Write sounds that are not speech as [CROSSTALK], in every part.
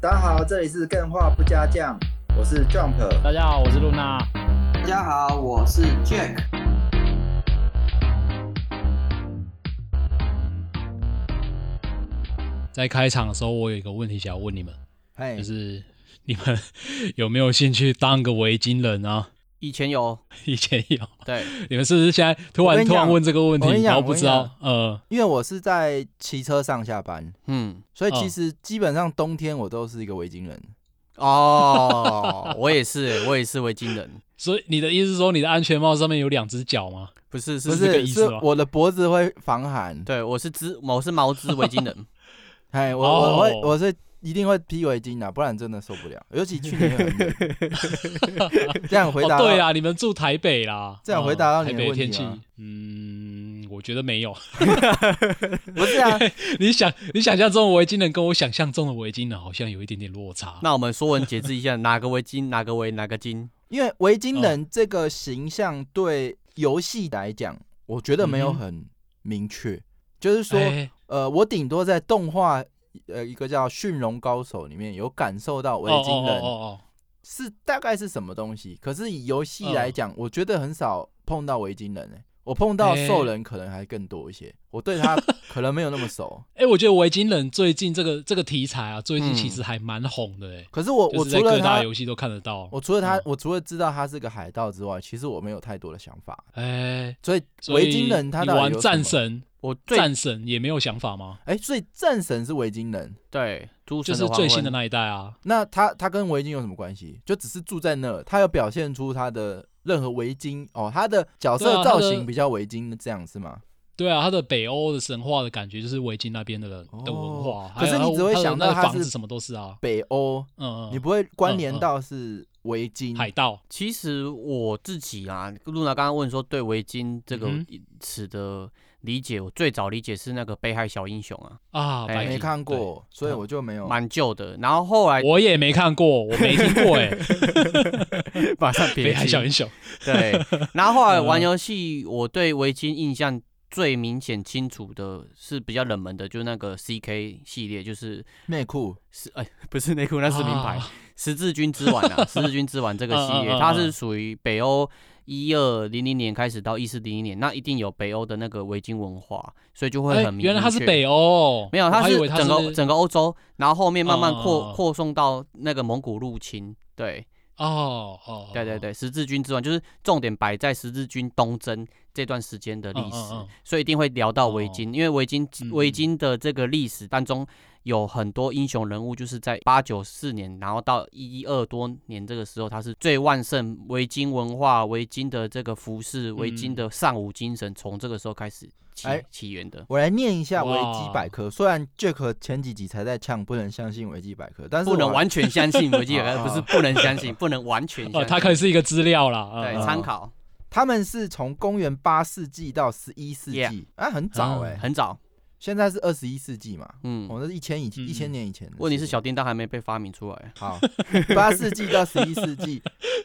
大家好，这里是更画不加酱，我是 Jump。大家好，我是露娜。大家好，我是 Jack。在开场的时候，我有一个问题想要问你们，哎就，是你们有没有兴趣当个维京人啊？ [LAUGHS] 以前有，以前有，对，你们是不是现在突我然跟你突讲然问这个问题我跟，你然讲后不知道？呃，因为我是在骑车上下班，嗯，所以哦其实基本上冬天我都是一个维京人。哦， [LAUGHS] 我也是欸，我也是维京人，所以你的意思是说你的安全帽上面有两只脚吗？不是不是这个是，意思是吗我的脖子会防寒，对，我是织，我是毛织维京人，哎，我哦我会我是一定会披围巾的，不然真的受不了。尤其去年很冷， [LAUGHS] 这样回答哦，对啊，啊，你们住台北啦。这样回答到嗯你的台北问题啊天气吗，嗯，我觉得没 [LAUGHS] 有。[LAUGHS] 不是啊，你想你想象中的维京人跟我想象中的维京人好像有一点点落差。 [LAUGHS] 那我们说文解字一下，哪个维京，哪个维，哪个金？因为维京人这个形象对游戏来讲，我觉得没有嗯哼很明确，就是说，哎呃，我顶多在动画呃一个叫《驯龙高手》里面有感受到维京哦哦人哦是大概是什么东西，可是以游戏来讲，我觉得很少碰到维京人、欸、我碰到哎兽人可能还更多一些，我对他欸 [LAUGHS] 可能没有那么熟。哎、我觉得维京人最近这个这个题材啊，最近嗯其实还蛮红的哎、可是我哦就我是在除各了大他，游戏嗯都看得到。我除了他，我除了知道他是个海盗之外，其实我没有太多的想法。哎、所以所以维京人他你到底玩有什战么，神，我最战神也没有想法吗？哎、所以战神是维京人，对，诸就神是黄最新昏的那一代啊。那他他跟维京有什么关系？就只是住在那，他有表现出他的任何维京哦，他的角对色啊他造的型比较维京的这样是吗？对啊，他的北欧的神话的感觉就是维京那边的人的文化，可是还有你只会他的想到他的他房是子什么都是啊，北欧，嗯你嗯，不会关联到是维嗯京，海盗，其实我自己啊，露娜刚刚问说对维京这个嗯词的理解，我最早理解是那个北海小英雄啊，啊，哎白没金看，过，所以我就没有。蛮旧的。然后后来对我也没看过，我没听过哎、 [LAUGHS] 马上北海气小英雄，对，然后后 [LAUGHS] 嗯来玩游戏，我对围巾印象最明显清楚的是比较冷门的，就是那个 CK 系列，就是内裤是哎、不是内裤，那是名牌，啊十字军之碗啊，十字军之碗这个系嗯嗯列，嗯它嗯是属于北欧一二零零年开始到一四零一年，那一定有北欧的那个围巾文化，所以就会哎很明确。原来他是北欧，没有，我它还以是为他整个是整个欧洲，然后后面慢慢嗯嗯扩嗯扩送到那个蒙古入侵，对。哦哦，对对哦，对，十字军之乱就是重点摆在十字军东征这段时间的历嗯史，嗯嗯哦所以一定会聊到维京，因为维京嗯嗯维京的这个历史当中有很多英雄人物，就是在八九四年，然后到一二多年这个时候，它是最旺盛维京文化、维京的这个服饰、维嗯京的尚武精神，从这个时候开始起哎起源的。我来念一下维哇基百科，虽然 Jack 前几集才在呛不能相信维基百科，但是不能我完全相信维基 [LAUGHS] 百啊科，不是不能相信，不能完全哦，相它信。可以是一个资料啦，嗯对嗯参考他们是从公元八世纪到十一世纪 Yeah，啊，很嗯早哎、很早，现在是二十一世纪嘛，嗯，我、哦、那是一千以嗯嗯一千年以前的事情。问题是小叮当还没被发明出来。好， [LAUGHS] 八世纪到十一世纪，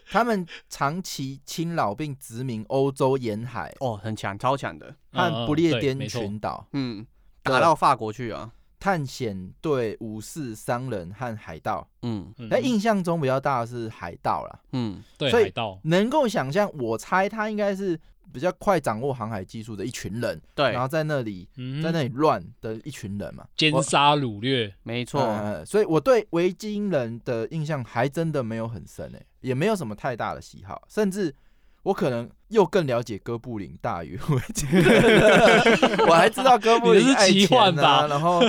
他们长期侵扰并殖民欧洲沿海哦，很强，超强的，和不列嗯嗯对颠没错群岛，嗯，对打到法国去啊，探险队、武士、商人和海盗。嗯嗯但印象中比较大的是海盗啦，嗯，对所以海盗，能够想象，我猜他应该是比较快掌握航海技术的一群人，对然，后在那里嗯在那里乱的一群人嘛。奸我杀掳掠，没错，呃所以我对维京人的印象还真的没有很深诶、也没有什么太大的喜好，甚至我可能又更了解哥布林大于维京人了 [LAUGHS] 我还知道哥布你林这是爱奇幻钱吧啊，然后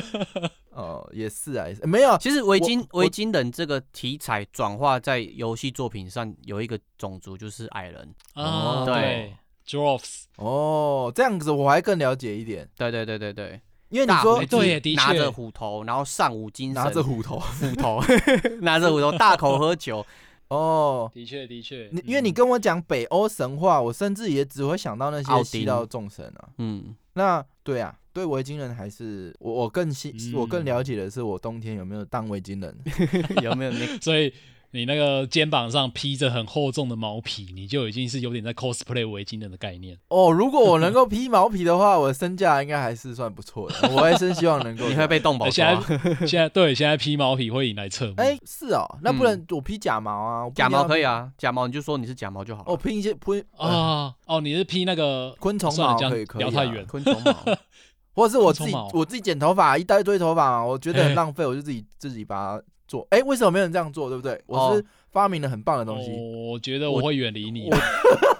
哦也是啊，也是没有其实维京我维京人这个题材转化在游戏作品上有一个种族就是矮人，啊，哦对，dwarfs，哦，这样子我还更了解一点，对对对对对，因为你大说胡哎子对耶的拿确着虎头，然后尚武精神，拿着虎头虎头， [LAUGHS] 拿着虎头大口喝酒，哦。的确的确，你因为你跟我讲北欧神话，我甚至也只会想到那奥些丁西到众神啊。 [LAUGHS] 嗯， [LAUGHS] 那对啊，对维京人还是我我更希、嗯我更了解的是，我冬天有没有当维京人？ [LAUGHS] 有没有那嗯所以。你那个肩膀上披着很厚重的毛皮，你就已经是有点在 cosplay 维京人的概念。哦，如果我能够披毛皮的话，我的身价应该还是算不错的。我还真希望 [LAUGHS] 能够。 [LAUGHS] 你会被动保而且抓，呃现在 [LAUGHS] 对，现在披毛皮会引来侧目。啊哎、是哦，那不能嗯我披假毛啊？我不一定假毛要可以啊，假毛你就说你是假毛就好了。哦，拼一些拼啊、啊，哦，你是披那个昆虫算毛了，这样可以可以聊啊太远。昆 [LAUGHS] 虫毛，或者是我自昆己虫毛我自己剪头发，一大堆头发嘛，我觉得哎很浪费，我就自己自己把它做。哎、为什么没有人这样做？对不对？我是发明了很棒的东西。哦我觉得我我会远离你。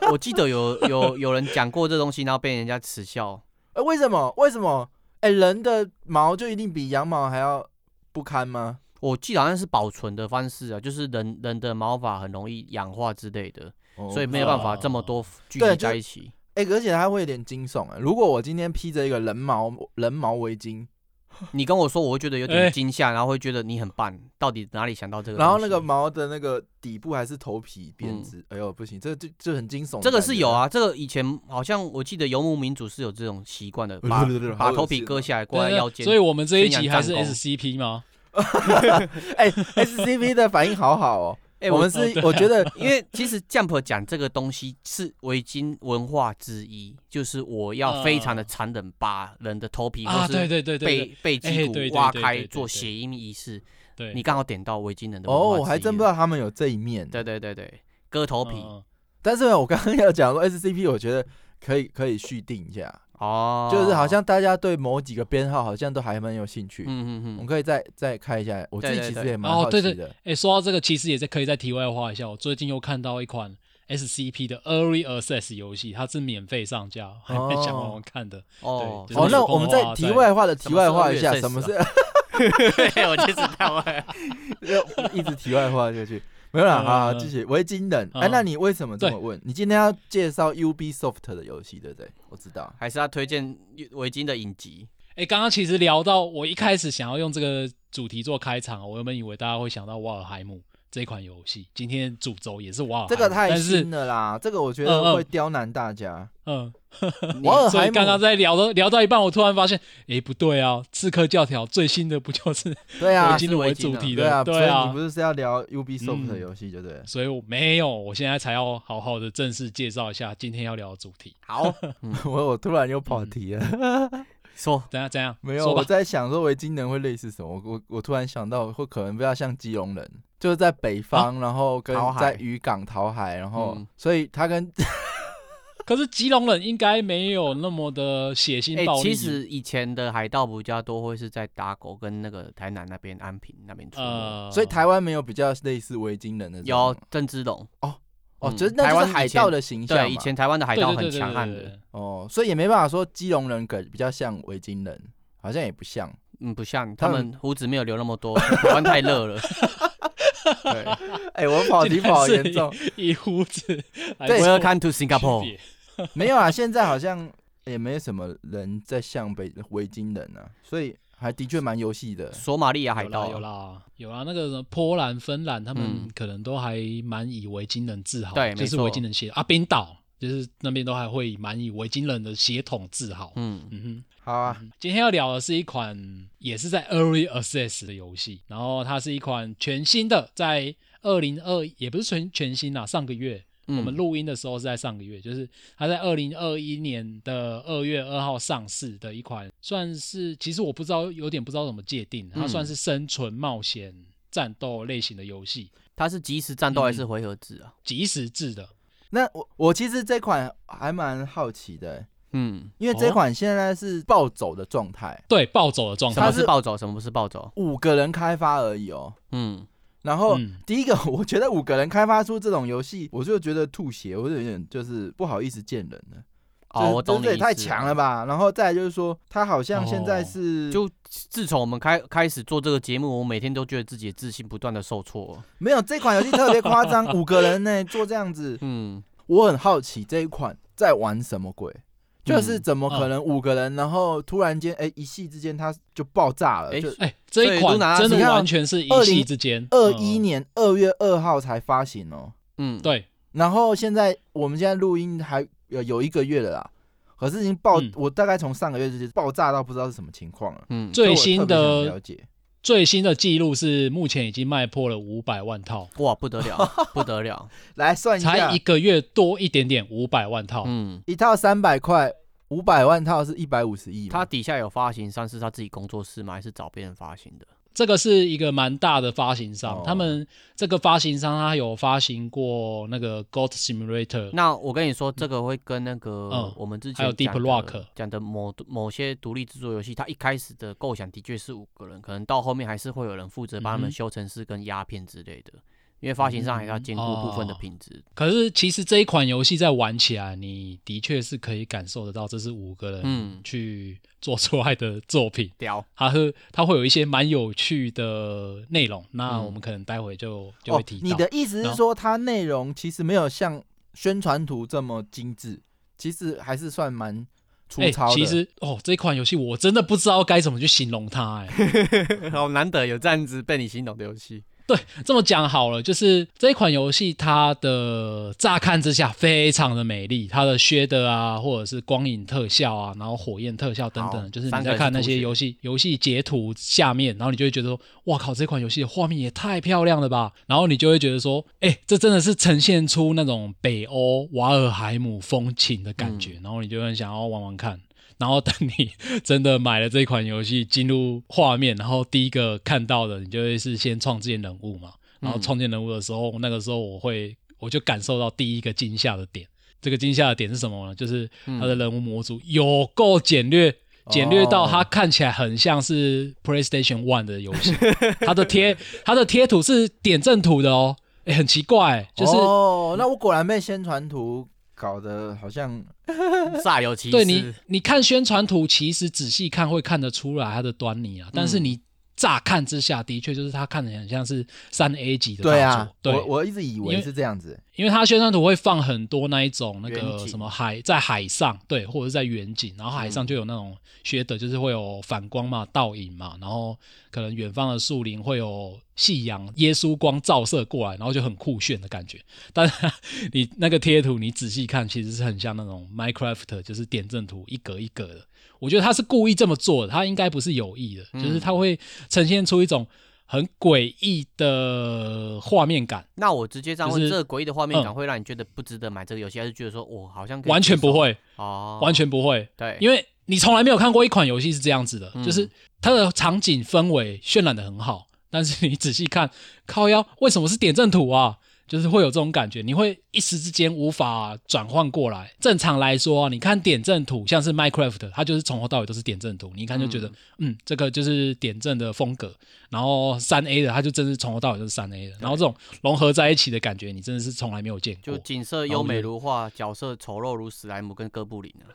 我我记得有有有人讲过这东西，然后被人家耻笑。哎、为什么？为什么？哎、人的毛就一定比羊毛还要不堪吗？我记得好像是保存的方式啊，就是人人的毛发很容易氧化之类的，哦所以没有办法这么多聚对集就在一起。哎、而且它会有点惊悚啊。如果我今天披着一个人毛人毛围巾，你跟我说，我会觉得有哎点惊吓，然后会觉得你很棒，到底哪里想到这个东西？然后那个毛的那个底部还是头皮编织，哎呦不行，这就就很惊悚。这个是有，啊，这个以前好像我记得游牧民族是有这种习惯的，[LAUGHS] 把对对把头皮哦割下来挂在对腰间。所以我们这一宣集扬还是战功 SCP 吗？ [LAUGHS] 哎、s c v 的反应好好哦。 [LAUGHS] 哎我 [LAUGHS] 我们是，我觉得因为其实 Jump 讲这个东西是维京文化之一，就是我要非常的残忍，把人的头皮嗯啊，或对是对对对背背哎脊对对骨挖对对开对做对血腥仪式。对，你刚好点到维京人的文化哦，我还之一真不知了。道他们有这一面。对对对对，割头皮嗯但是呢，我刚刚要讲说 SCP，我觉得可以可以续订一下，嗯哦，就是好像大家对某几个编号好像都还蛮有兴趣。嗯我嗯们嗯，可以再再看一下，我自己对对其实对也蛮哦好对奇对的。哎、说到这个，其实也是可以再题外话一下。我最近又看到一款 SCP 的 Early Access 游戏，它是免费上架，还没想玩玩 [LAUGHS] 看的。哦，对哦就，是那有空我们的再话题再外话的题外话一下，什什么么是是对，我就知道了。一直题外话下去？没有啦，嗯好好，继续维京人。哎，嗯那你为什么这么问？你今天要介绍 Ubisoft 的游戏，对不对？我知哦道。 [LAUGHS] 还是要推荐维京的影集，哎、刚刚其实聊到我一开始想要用这个主题做开场，啊我原本以为大家会想到瓦尔海姆这一款游戏。今天主轴也是瓦尔海姆，这个太但是新了啦，这个我觉嗯得嗯会刁难大家。嗯，你瓦尔所海以姆刚刚在聊到聊到一半，我突然发现，哎、不对啊，《刺客教条》最新的不就是对啊维，京人为主题对的？啊，所对以你啊不，是是要聊 Ubisoft 嗯的游戏，对不对了？ [LAUGHS] 所以我没有，我现在才要好好的正式介绍一下今天要聊的主题。 [LAUGHS] 好我我突然又嗯跑题了，说怎样怎样？没有，说吧我在想说维京人会类似什么？我我我突然想到，会可能比较像基隆人，就是在北方，然后跟啊桃海在渔港桃海，然后嗯所以他跟可是吉隆人应该没有那么的血腥哎、暴力。其实以前的海盗比较多，会是在打狗跟那个台南那边、安平那边出没。[LAUGHS] 呃，所以台湾没有比较类似维京人的这种啊有郑芝龙，哦，嗯就是那台就是湾以海前盗的形象嘛对，以前台湾的海对盗对很对对强悍对的，对，哦，所以也没办法说基隆人可比较像维京人，好像也不 [LAUGHS] 像。嗯，不像他他们们胡子没有留那么 [LAUGHS] 多，台湾太 [LAUGHS] 热了。对，哎，我 [LAUGHS] 跑题竟然跑得是严重，一胡子来对做 Welcome to 区 Singapore，别没有啊，现在好像也没什么人在像北维京人啊，所以还的确蛮游戏的。索马利亚海有啦盗有啦有啦，那个什么波兰、芬兰，他们嗯可能都还蛮以维京人自豪，对就没是错维京人血啊，冰岛就是那边都还会蛮以维京人的血统自豪。嗯，嗯哼。好啊，嗯今天要聊的是一款也是在 Early Access 的游戏，然后它是一款全新的，在二零二也不是全全新啦，上个月、嗯我们录音的时候是在上个月，就是它在二零二一年的二月二号上市的一款，算是其实我不知道有点不知道怎么界定，它嗯算是生存冒险战斗类型的游戏，它是即时战斗还是嗯回合制啊？即时制的。那我我其实这款还蛮好奇的、嗯，因为这款现在是暴走的状态，对暴走的状什态么它是是暴走，什么不是暴走？五个人开发而已哦。嗯，然后、嗯第一个， [LAUGHS] 我觉得五个人开发出这种游戏，我就觉得吐血，我就有点就是不好意思见人了。哦，我懂你这也意太思强了吧？然后再来就是说，他好像现在是、哦就自从我们开开始做这个节目，我每天都觉得自己的自信不断的受挫。没有这款游戏特别夸 [LAUGHS] 张，五个人呢、做这样子，嗯，我很好奇这一款在玩什么鬼。就是怎么哦可能五个人，然后突然间，哎、一夕之间他就爆炸了。呃哎就哎、这一款所以露娜真的你看完全是一夕之间。二一嗯、年二月二号才发行哦，嗯，对，然后现在我们现在录音还有有一个月了啦，可是已经爆，嗯我大概从上个月就是爆炸到不知道是什么情况了。嗯，所最以新我特别想的了解，最新的记录是目前已经卖破了五百万套，哇，不得 [LAUGHS] 了，不得了，来算一下才一，个月多一点点五百万套。嗯。一套三百块，五百万套是一百五十亿嘛。他底下有发行商是他自己工作室吗？还是找别人发行的？这个是一个蛮大的发行商，哦他们这个发行商他有发行过那个 Goat Simulator，那我跟你说，这个会跟那个、嗯我们之还有前 Deep 讲的 Rock 讲的某某些独立制作游戏，它一开始的构想的确是五个人，可能到后面还是会有人负责帮嗯他们哼修成式跟鸦片之类的，因为发行商还是要兼顾部分的嗯哦品质。可是其实这一款游戏在玩起来，你的确是可以感受得到，这是五个人嗯去做出来的作品，屌、 [LAUGHS] 它会它会有一些蛮有趣的内容。那嗯我们可能待会就就哦会提，到。你的意思是说，它内容其实没有像宣传图这么精致，其实还是算蛮粗哎糙的。其实哦，这款游戏我真的不知道该怎么去形容它、哎，好难得有这样子被你形容的游戏。对，这么讲好了，就是这一款游戏，它的乍看之下非常的美丽，它的削的啊，或者是光影特效啊，然后火焰特效等好等，就是你三个在看是那图些形游戏游戏截图下面，然后你就会觉得说，哇靠，这款游戏的画面也太漂亮了吧，然后你就会觉得说，哎，这真的是呈现出那种北欧瓦尔海姆风情的感嗯觉，然后你就很想要玩玩看。然后等你 [LAUGHS] 真的买了这款游戏进入画面，然后第一个看到的，你就会是先创建人物嘛。然嗯后创建人物的时候，那个时候我会我就感受到第一个惊吓的点。这个惊吓的点是什么呢？就是嗯它的人物模组有够简略，简略哦到它看起来很像是 PlayStation One 的游戏。它的贴它的贴图是点阵图的哦，哎，很奇怪、就是哦，那我果然被宣传图搞得好像煞有其事。对你，你看宣传图，其实仔细看会看得出来它的端倪啊。但是嗯你乍看之下，的确就是它看起来很像是三 A 级的对大啊作。，对，我我一直以因为为是这样子。因为它宣传图会放很多那一种那远个景嗯什么海在海上，对，或者是在远景，然后海上就有那种学的，就是会有反光嘛、倒影嘛，然后可能远方的树林会有夕阳、耶稣光照射过来，然后就很酷炫的感觉。但是你那个贴图，你仔细看，其实是很像那种 Minecraft，就是点阵图一格一格的。我觉得他是故意这么做的，他应该不是有意的，嗯就是他会呈现出一种很诡异的画面感。那我直接这样问，就是这个诡异的画面嗯感会让你觉得不值得买这个游戏，还是觉得说我好像可以完全接受不会，哦，完全不会，对，因为你从来没有看过一款游戏是这样子的，嗯就是它的场景氛围渲染的很好，但是你仔细看，靠腰为什么是点阵图啊？就是会有这种感觉，你会一时之间无法转换过来。正常来说啊、你看点阵图，像是 Minecraft，它就是从头到尾都是点阵图，你一看就觉得，嗯这个就是点阵的风格。然后三 A 的，它就真是从头到尾都是三 A 的。然后这种融合在一起的感觉，你真的是从来没有见过。就景色然后优我美就如画，角色丑陋如史莱姆跟哥布林啊。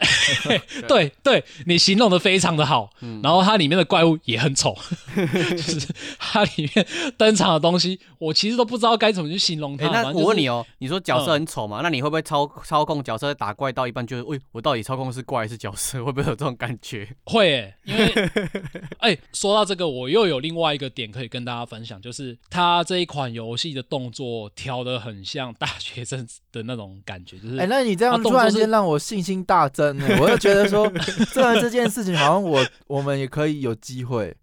对对，你形容的非常的好，嗯然后它里面的怪物也很 [LAUGHS] 丑，就是它里面登场的东西，我其实都不知道该怎么去形容它。哎，那嗯反正我问就是嗯你哦，你说角色很丑嘛？那你会不会操操控角色打怪到一半，就是喂，我到底操控是怪还是角色？ [LAUGHS] 会不会有这种感觉？会 [LAUGHS] 耶、因为哎、说到这个，我又有另外一个点可以跟大家分享，就是它这一款游戏的动作调的很像大学生的那种感觉，就是、哎、那你这啊样动突作然是间让我信心大增、欸，我就觉得 [LAUGHS] 说，这这件事情好像我我们也可以有机会，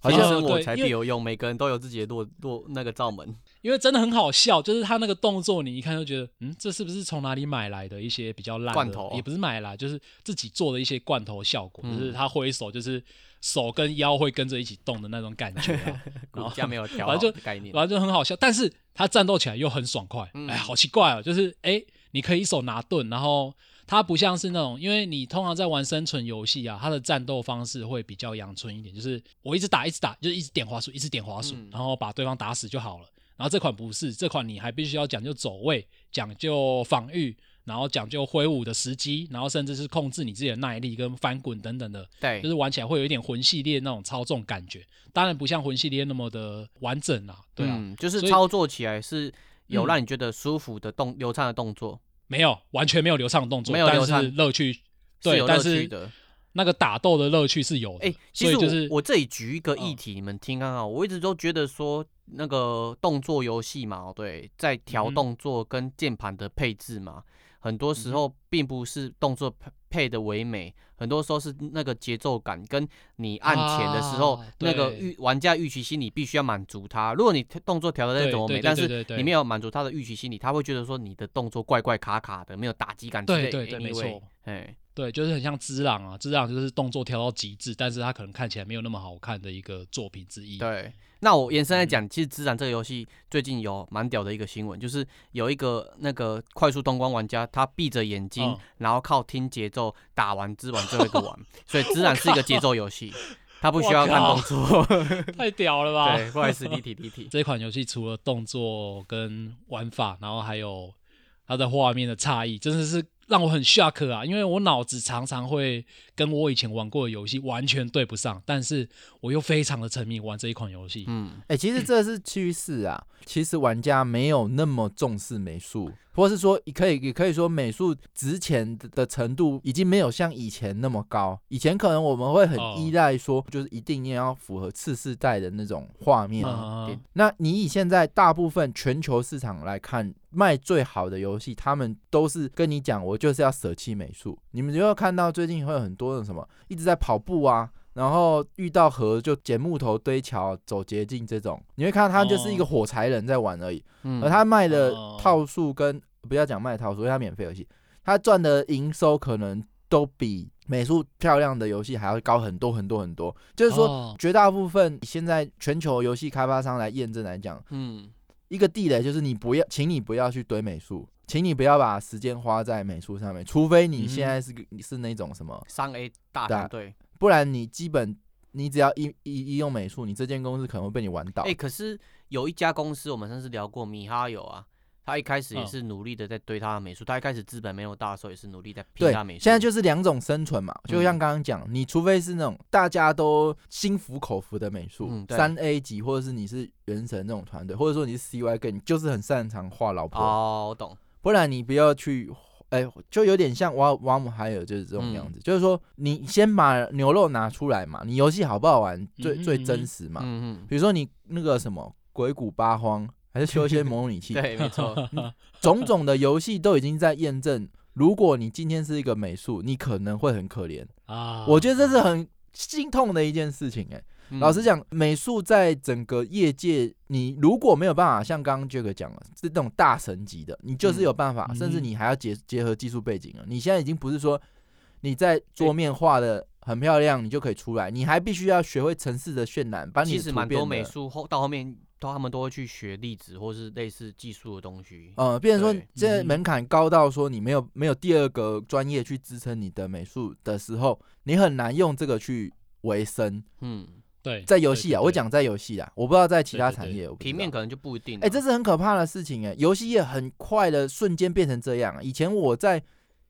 好其像实哦我对才因必为有用，每个人都有自己的落落那个罩门。因为真的很好笑，就是他那个动作，你一看就觉得，嗯，这是不是从哪里买来的一些比较烂的罐头啊也不是买来，就是自己做的一些罐头效果，嗯就是他挥手，就是手跟腰会跟着一起动的那种感觉、啊，[LAUGHS] 然骨后架没有调哦好反正的就概念，反正就很好笑。但是他战斗起来又很爽快，嗯哎，好奇怪哦，就是哎，你可以一手拿盾，然后它不像是那种，因为你通常在玩生存游戏啊，它的战斗方式会比较阳春一点，就是我一直打，一直打，就是一直点滑鼠，一直点滑鼠，嗯然后把对方打死就好了。然后这款不是，这款你还必须要讲究走位，讲究防御。然后讲究挥舞的时机，然后甚至是控制你自己的耐力跟翻滚等等的，对就是玩起来会有一点魂系列那种操纵感觉，当然不像魂系列那么的完整啊，对啊，嗯就是所以操作起来是嗯有让你觉得舒服的动流畅的动作， [LAUGHS] 没有完全没有流畅的动作，没有流畅但是乐趣，是对，有乐但趣是的。那个打斗的乐趣是有的，哎、其实所我、以就是我这里举一个议嗯题，你们听看看。我一直都觉得说，那个动作游戏嘛，对，在嗯调哼嗯动作跟键盘的配置嘛，很多时候并不是动作配配的唯美，很多时候是那个节奏感跟你按钱的时候、啊那个对预玩家预期心理必须要满足他。如果你动作调的再对怎么对美，对但对是对对你没有满足他的预期心理，他会觉得说你的动作怪怪卡卡的，没有打击感之对类。对对，没 anyway，错。哎，对，就是很像之朗啊，之朗就是动作调到极致，但是他可能看起来没有那么好看的一个作品之一。对。那我延伸嗯来讲，其实《自然》这个游戏最近有蛮屌的一个新闻，就是有一个那个快速通关玩家，他闭着眼睛，嗯然后靠听节奏打完《之玩最后一个玩，所以《自然》是一个节奏游戏，他不需要看我动作。太屌了吧！对，不好意思，立体立体。这款游戏除了动作跟玩法，然后还有它的画面的差异，真的是让我很 shock 啊！因为我脑子常常会跟我以前玩过的游戏完全对不上，但是我又非常的沉迷玩这一款游戏。嗯，哎、其实这是趋势啊。其实玩家没有那么重视美术，或是说，可以也可以说，美术值钱的程度已经没有像以前那么高。以前可能我们会很哦依赖说，就是一定要符合次世代的那种画面。嗯对那你以现在大部分全球市场来看，卖最好的游戏，他们都是跟你讲，我就是要舍弃美术。你们就会看到最近会有很多的什么一直在跑步啊，然后遇到河就捡木头堆桥走捷径这种，你会看到他们就是一个火柴人在玩而已。嗯而他卖的哦套数跟不要讲卖套数，因为他免费游戏，他赚的营收可能都比美术漂亮的游戏还要高很多很多很多。就是说，哦绝大部分现在全球游戏开发商来验证来讲，嗯，一个地雷就是你不要，请你不要去堆美术，请你不要把时间花在美术上面，除非你嗯哼现在是个、你是那种什么，三 A 大对团队。不然你基本你只要一一一用美术，你这间公司可能会被你玩倒。哎、可是有一家公司，我们上次聊过，米哈游啊，他一开始也嗯是努力的在堆他的美术，他一开始资本没有大的时候，也是努力在拼对他的美，术。现在就是两种生存嘛，就像嗯刚刚讲，你除非是那种大家都心服口服的美术嗯，对三、A 级，或者是你是原神那种团队，或者说你是 CY 跟你就是很擅长画老婆，哦，我懂。不然你不要去，哎、就有点像瓦瓦姆海尔就是这种嗯样子，就是说你先把牛肉拿出来嘛，你游戏好不好玩最、嗯哼最嗯真哼实嘛，嗯嗯，比如说你那个什么鬼谷八荒还是修仙模拟 [LAUGHS] 器，对，[LAUGHS] 没错。种种的游戏都已经在验证，如果你今天是一个美术，你可能会很可怜。啊，我觉得这是很心痛的一件事情、哎、嗯老实，讲，美术在整个业界，你如果没有办法像刚刚 Jack 讲了，是那种大神级的，你就是有办法，嗯甚至你还要结结合技术背景了。你现在已经不是说你在桌面画的很漂亮，你就可以出来，你还必须要学会城市的渲染，把你其的实图蛮多变美得。术后到后面都他们都会去学粒子或是类似技术的东西。呃，变成说对这嗯门槛高到说你没有没有第二个专业去支撑你的美术的时候，你很难用这个去维生。嗯，对，在游戏啊，对我，讲在游戏啊，我不知道在其他对对产对业，我不知道平面可能就不一定啊。哎、这是很可怕的事情哎、游戏业很快的瞬间变成这样。啊以前我在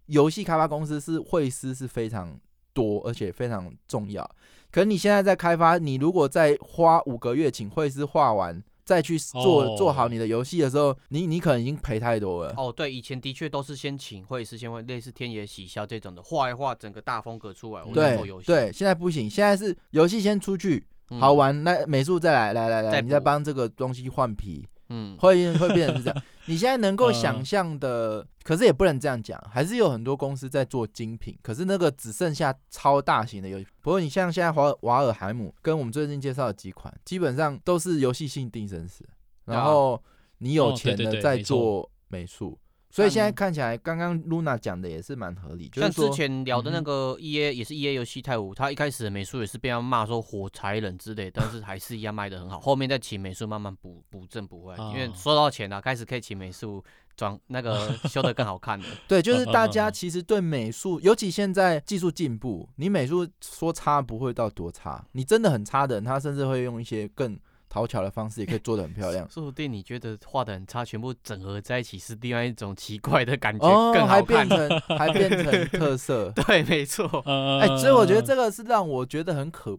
游戏开发公司是会师是非常多，而且非常重要。可是你现在在开发，你如果再花五个月请会师画完，再去做、哦做好你的游戏的时候，你你可能已经赔太多了。哦，对，以前的确都是先请会是先会类似天野喜孝这种的画一画整个大风格出来，我再对做游戏。对，现在不行，现在是游戏先出去、嗯好。玩，那美术再来来来再来，你再补帮这个东西换皮，嗯，会会变成是这样。你现在能够嗯想象的，可是也不能这样讲，还是有很多公司在做精品，可是那个只剩下超大型的游戏。不过你像现在华尔瓦尔海姆跟我们最近介绍的几款，基本上都是游戏性定生死，对啊然后你有哦钱对对的对在没错嗯做美术。所以现在像看起来，刚刚 Luna 讲的也是蛮合理，就像是之说，前聊的那嗯哼个 E A 也是 E A 游戏泰晤，他一开始的美术也是被他骂说火柴人之类，但是还是一样卖的很好。后面再请美术慢慢补补正补回来，因为哦收到钱了、啊开始可以请美术装那个修的更好看了。对，就是嗯嗯大嗯家嗯其实对美术，尤其现在技术进步，你美术说差不会到多差，你真的很差的人，他甚至会用一些更讨巧的方式，也可以做的很漂 [LAUGHS] 亮。说不定你觉得画的很差，全部整合在一起是另外一种奇怪的感觉，哦，更还好看变。成还变成特色， [LAUGHS] 对，没错。呃，哎、所以嗯我觉得这个是让我觉得很可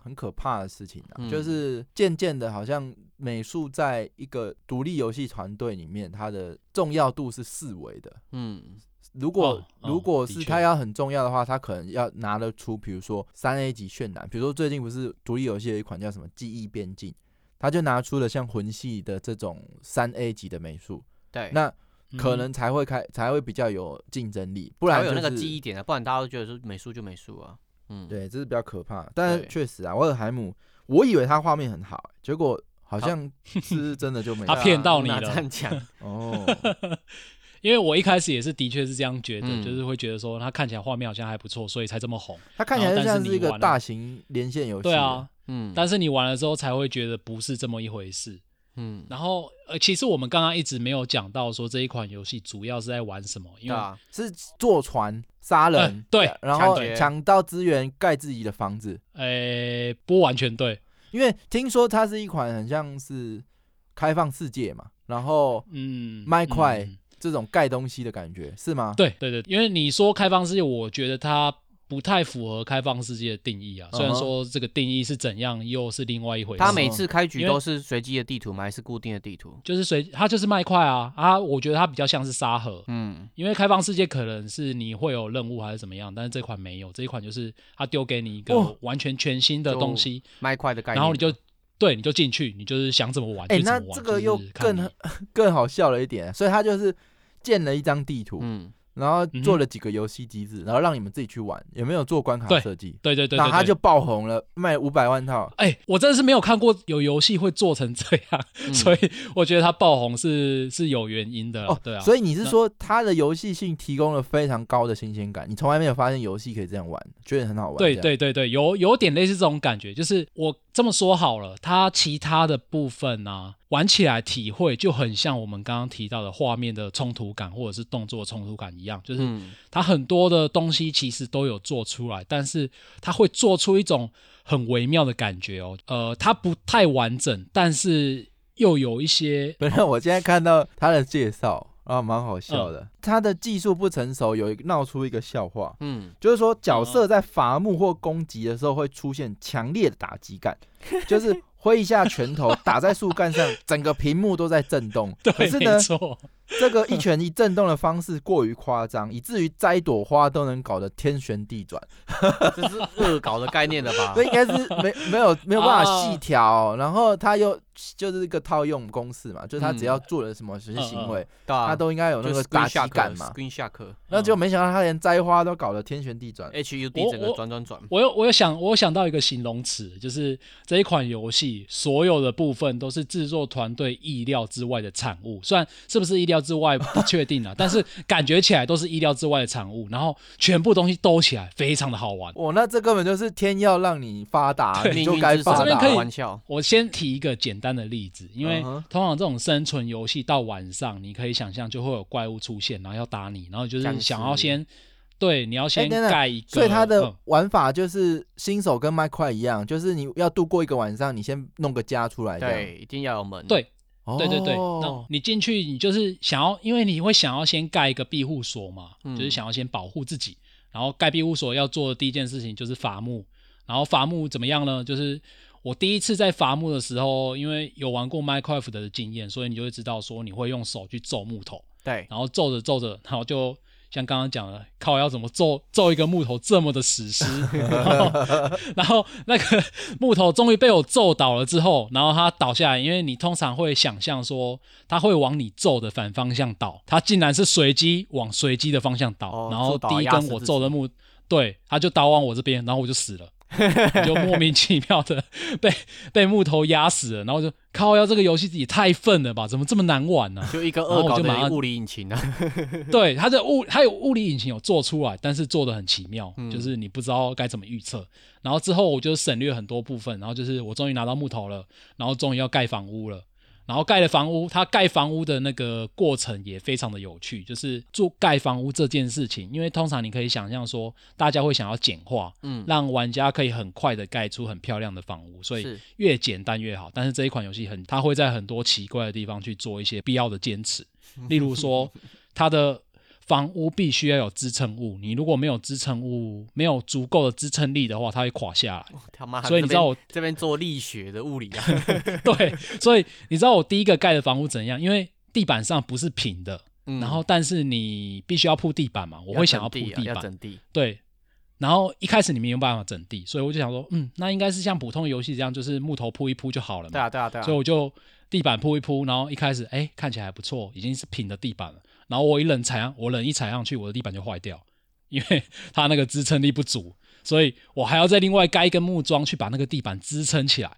很可怕的事情啊，嗯就是渐渐的，好像美术在一个独立游戏团队里面，它的重要度是四维的。嗯，如果、哦哦如果是的确它要很重要的话，它可能要拿得出，比如说三 A 级渲染，比如说最近不是独立游戏有一款叫什么《记忆边境》，它就拿出了像魂系的这种三 A 级的美术，对。那嗯可能才会开才会比较有竞争力，不不然有那个就是记忆点啊，不然大家都觉得说美术就美术啊。嗯，，对，这是比较可怕。但是对确实啊，瓦尔海姆，我以为他画面很好，结果好像是真的就没 [LAUGHS] 他了骗到你啊哪了这样讲， [LAUGHS] [LAUGHS] 哦。因为我一开始也是的确是这样觉得，嗯就是会觉得说他看起来画面好像还不错，所以才这么红。他看起来就像一然后但是你玩个了大型连线游戏。对啊，，嗯，但是你玩了之后才会觉得不是这么一回事。嗯，然后呃，其实我们刚刚一直没有讲到说这一款游戏主要是在玩什么，因对为、啊，是坐船杀人 [LAUGHS] 呃，对，然后抢劫抢到资源盖自己的房子。呃，不完全对，因为听说它是一款很像是开放世界嘛，然后嗯，麦块嗯这种盖东西的感觉是吗？对对对，因为你说开放世界，我觉得它不太符合开放世界的定义啊。虽然嗯哼说这个定义是怎样，又是另外一回事。他每次开局因为都是随机的地图吗？还是固定的地图？就是随它就是麦块啊啊，我觉得它比较像是沙盒。嗯，因为开放世界可能是你会有任务还是怎么样，但是这款没有，这一款就是它丢给你一个哦完全全新的东西，麦块的概念，然后你就对你就进去，你就是想怎么玩哎、就怎那么玩，这个又就是看更你更好笑了一点，所以他就是建了一张地图，嗯，然后哼做了几个游戏机制，然后让你们自己去玩，有没有做关卡嗯对设计？对对对对然后他对就爆红了，卖五百万套。哎、我真的是没有看过有游戏会做成这样， [LAUGHS] 嗯所以我觉得它爆红是是有原因的啦。哦，对啊，所以你是说它的游戏性提供了非常高的新鲜感，你从来没有发现游戏可以这样玩，觉得很好玩。对这样，对对对，有有点类似这种感觉，就是我这么说好了，它其他的部分呢、玩起来体会就很像我们刚刚提到的画面的冲突感或者是动作冲突感一样，就是嗯它很多的东西其实都有做出来，但是它会做出一种很微妙的感觉哦，呃，它不太完整，但是又有 [LAUGHS] 一些本来我现在看到他的介绍啊，蛮好笑的。他的技术不成熟，有一个闹出一个笑话，嗯，就是说角色在伐木或攻击的时候会出现强烈的打击感，就是挥一下拳头打在树干上，整个屏幕都在震动。对，可是没呢，错，这个一拳一震动的方式过于夸张，以至于摘朵花都能搞得天旋地转。这是恶搞的概念了吧这？应该是没没有没有办法啊细调，然后他又就是一个套用公式嘛，就是他只要做了什么什些行为，对啊他都应该有那就个 screen 打击 shark，感嘛。 ，Screen Shark 那嗯结果没想到他连摘花都搞得天旋地转。嗯 HUD 整个我转转转，我有我有想我有想到一个形容词，就是这一款游戏所有的部分都是制作团队意料之外的产物，虽然是不是意料之外不确定 [LAUGHS] 啊，但是感觉起来都是意料之外的产物，然后全部东西兜起来非常的好玩。哇，那这根本就是天要让你发达，对你命就运该之手发这边达可。以玩笑，我先提一个简单的例子，因为嗯哼通常这种生存游戏到晚上，你可以想象就会有怪物出现，然后要打你，然后就是僵尸想要先对你要先哎等等盖一个，所以他的嗯玩法就是新手跟麦块一样，就是你要度过一个晚上，你先弄个家出来。这样，对，一定要有门，对哦对对对，那你进去，你就是想要，因为你会想要先盖一个庇护所嘛，嗯就是想要先保护自己。然后盖庇护所要做的第一件事情就是伐木，然后伐木怎么样呢？就是我第一次在伐木的时候，因为有玩过 Minecraft 的经验，所以你就会知道说你会用手去揍木头，对，然后揍着揍着，然后就像刚刚讲的，靠要怎么揍揍一个木头这么的史诗， [LAUGHS] 然后然后那个木头终于被我揍倒了之后，然后它倒下来，因为你通常会想象说它会往你揍的反方向倒，它竟然是随机往随机的方向倒，哦然后自倒第一压根死我自揍的己木，对，它就倒往我这边，然后我就死了。你就莫名其妙的被 [LAUGHS] 被木头压死了，然后就靠要这个游戏也太愤了吧，怎么这么难玩呢、啊就一个然恶后我搞就马的上物理引擎啊， [LAUGHS] 对，它的物它有物理引擎有做出来，但是做的很奇妙，嗯就是你不知道该怎么预测。然后之后我就省略很多部分，然后就是我终于拿到木头了，然后终于要盖房屋了。然后盖了房屋，它盖房屋的那个过程也非常的有趣，就是做盖房屋这件事情，因为通常你可以想象说，大家会想要简化，嗯，让玩家可以很快的盖出很漂亮的房屋，所以是越简单越好。但是这一款游戏很，它会在很多奇怪的地方去做一些必要的坚持，例如说它的房屋必须要有支撑物，你如果没有支撑物，没有足够的支撑力的话，它会垮下来。 [LAUGHS] 他妈，所以你知道我这边这边做力学的物理 [LAUGHS] 啊，对，所以你知道我第一个盖的房屋怎样？因为地板上不是平的，嗯然后但是你必须要铺地板嘛，我会想要铺要地整地板啊，要，整地，对，然后一开始你没有办法整地，所以我就想说，嗯，那应该是像普通游戏这样，就是木头铺一铺就好了嘛。对啊，对啊，对啊，所以我就地板铺一铺，然后一开始哎看起来还不错，已经是平的地板了，然后我一冷踩上，我冷一踩上去，我的地板就坏掉，因为它那个支撑力不足，所以我还要再另外盖一根木桩去把那个地板支撑起来。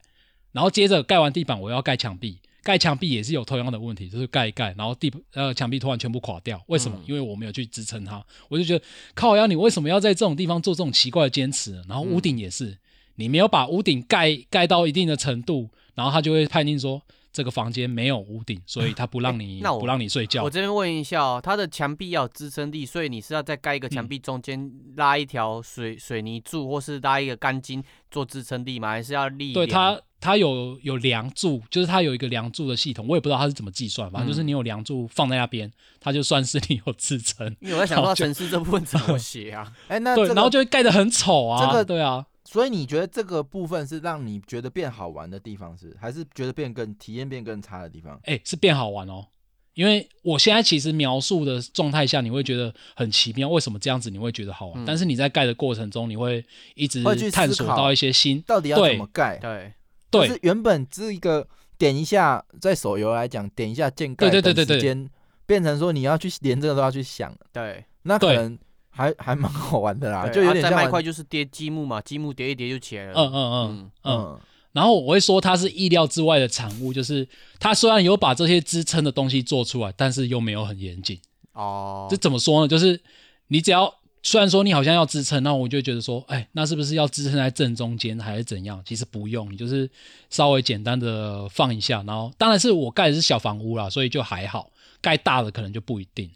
然后接着盖完地板，我又要盖墙壁，盖墙壁也是有同样的问题，就是盖一盖，然后地呃墙壁突然全部垮掉，为什嗯么？因为我没有去支撑它，我就觉得靠腰，你为什么要在这种地方做这种奇怪的坚持呢？然后嗯屋顶也是，你没有把屋顶盖盖到一定的程度，然后他就会判定说这个房间没有屋顶，所以他不让 [LAUGHS] 你、那我不让你睡觉我。这边问一下哦，它的墙壁要有支撑力，所以你是要再盖一个墙壁中间拉一条水水泥柱，或是拉一个钢筋做支撑力吗？还是要立？对它，它有有梁柱，就是它有一个梁柱的系统，我也不知道它是怎么计算，反嗯正就是你有梁柱放在那边，它就算是你有支撑。因为我在想然后说就城市这部分怎么写啊？ [LAUGHS] 哎，那对，这个然后就会盖得很丑啊。这个对啊，所以你觉得这个部分是让你觉得变好玩的地方是，还是觉得变更体验变更差的地方？哎、是变好玩哦。因为我现在其实描述的状态下，你会觉得很奇妙，为什么这样子你会觉得好玩？嗯但是你在盖的过程中，你会一直会去思探索考到一些新，到底要对怎么盖？对，对就是原本是一个点一下，在手游来讲，点一下建盖对对等对对时间，变成说你要去连这个都要去想，对那可对能还还蛮好玩的啦，对就有啊点再像卖玩块就是叠积木嘛，积木叠一叠就起来了。嗯嗯嗯嗯嗯然后我会说它是意料之外的产物，就是它虽然有把这些支撑的东西做出来，但是又没有很严谨。哦这，怎么说呢？就是你只要虽然说你好像要支撑，那我就觉得说，哎，那是不是要支撑在正中间还是怎样？其实不用，你就是稍微简单的放一下，然后当然是我盖的是小房屋啦，所以就还好，盖大的可能就不一定。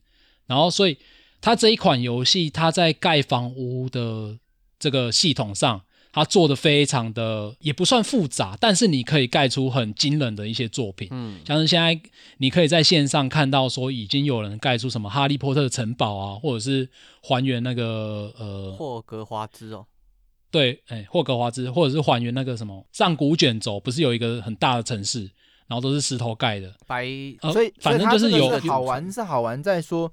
然后所以它这一款游戏，它在盖房屋的这个系统上。它做的非常的也不算复杂，但是你可以盖出很惊人的一些作品。嗯，像是现在你可以在线上看到说已经有人盖出什么哈利波特的城堡啊，或者是还原那个呃，霍格华兹哦，对，哎，霍格华兹，或者是还原那个什么上古卷轴，不是有一个很大的城市，然后都是石头盖的，白呃，所以反所正以它就是这个有是好玩是好玩在说。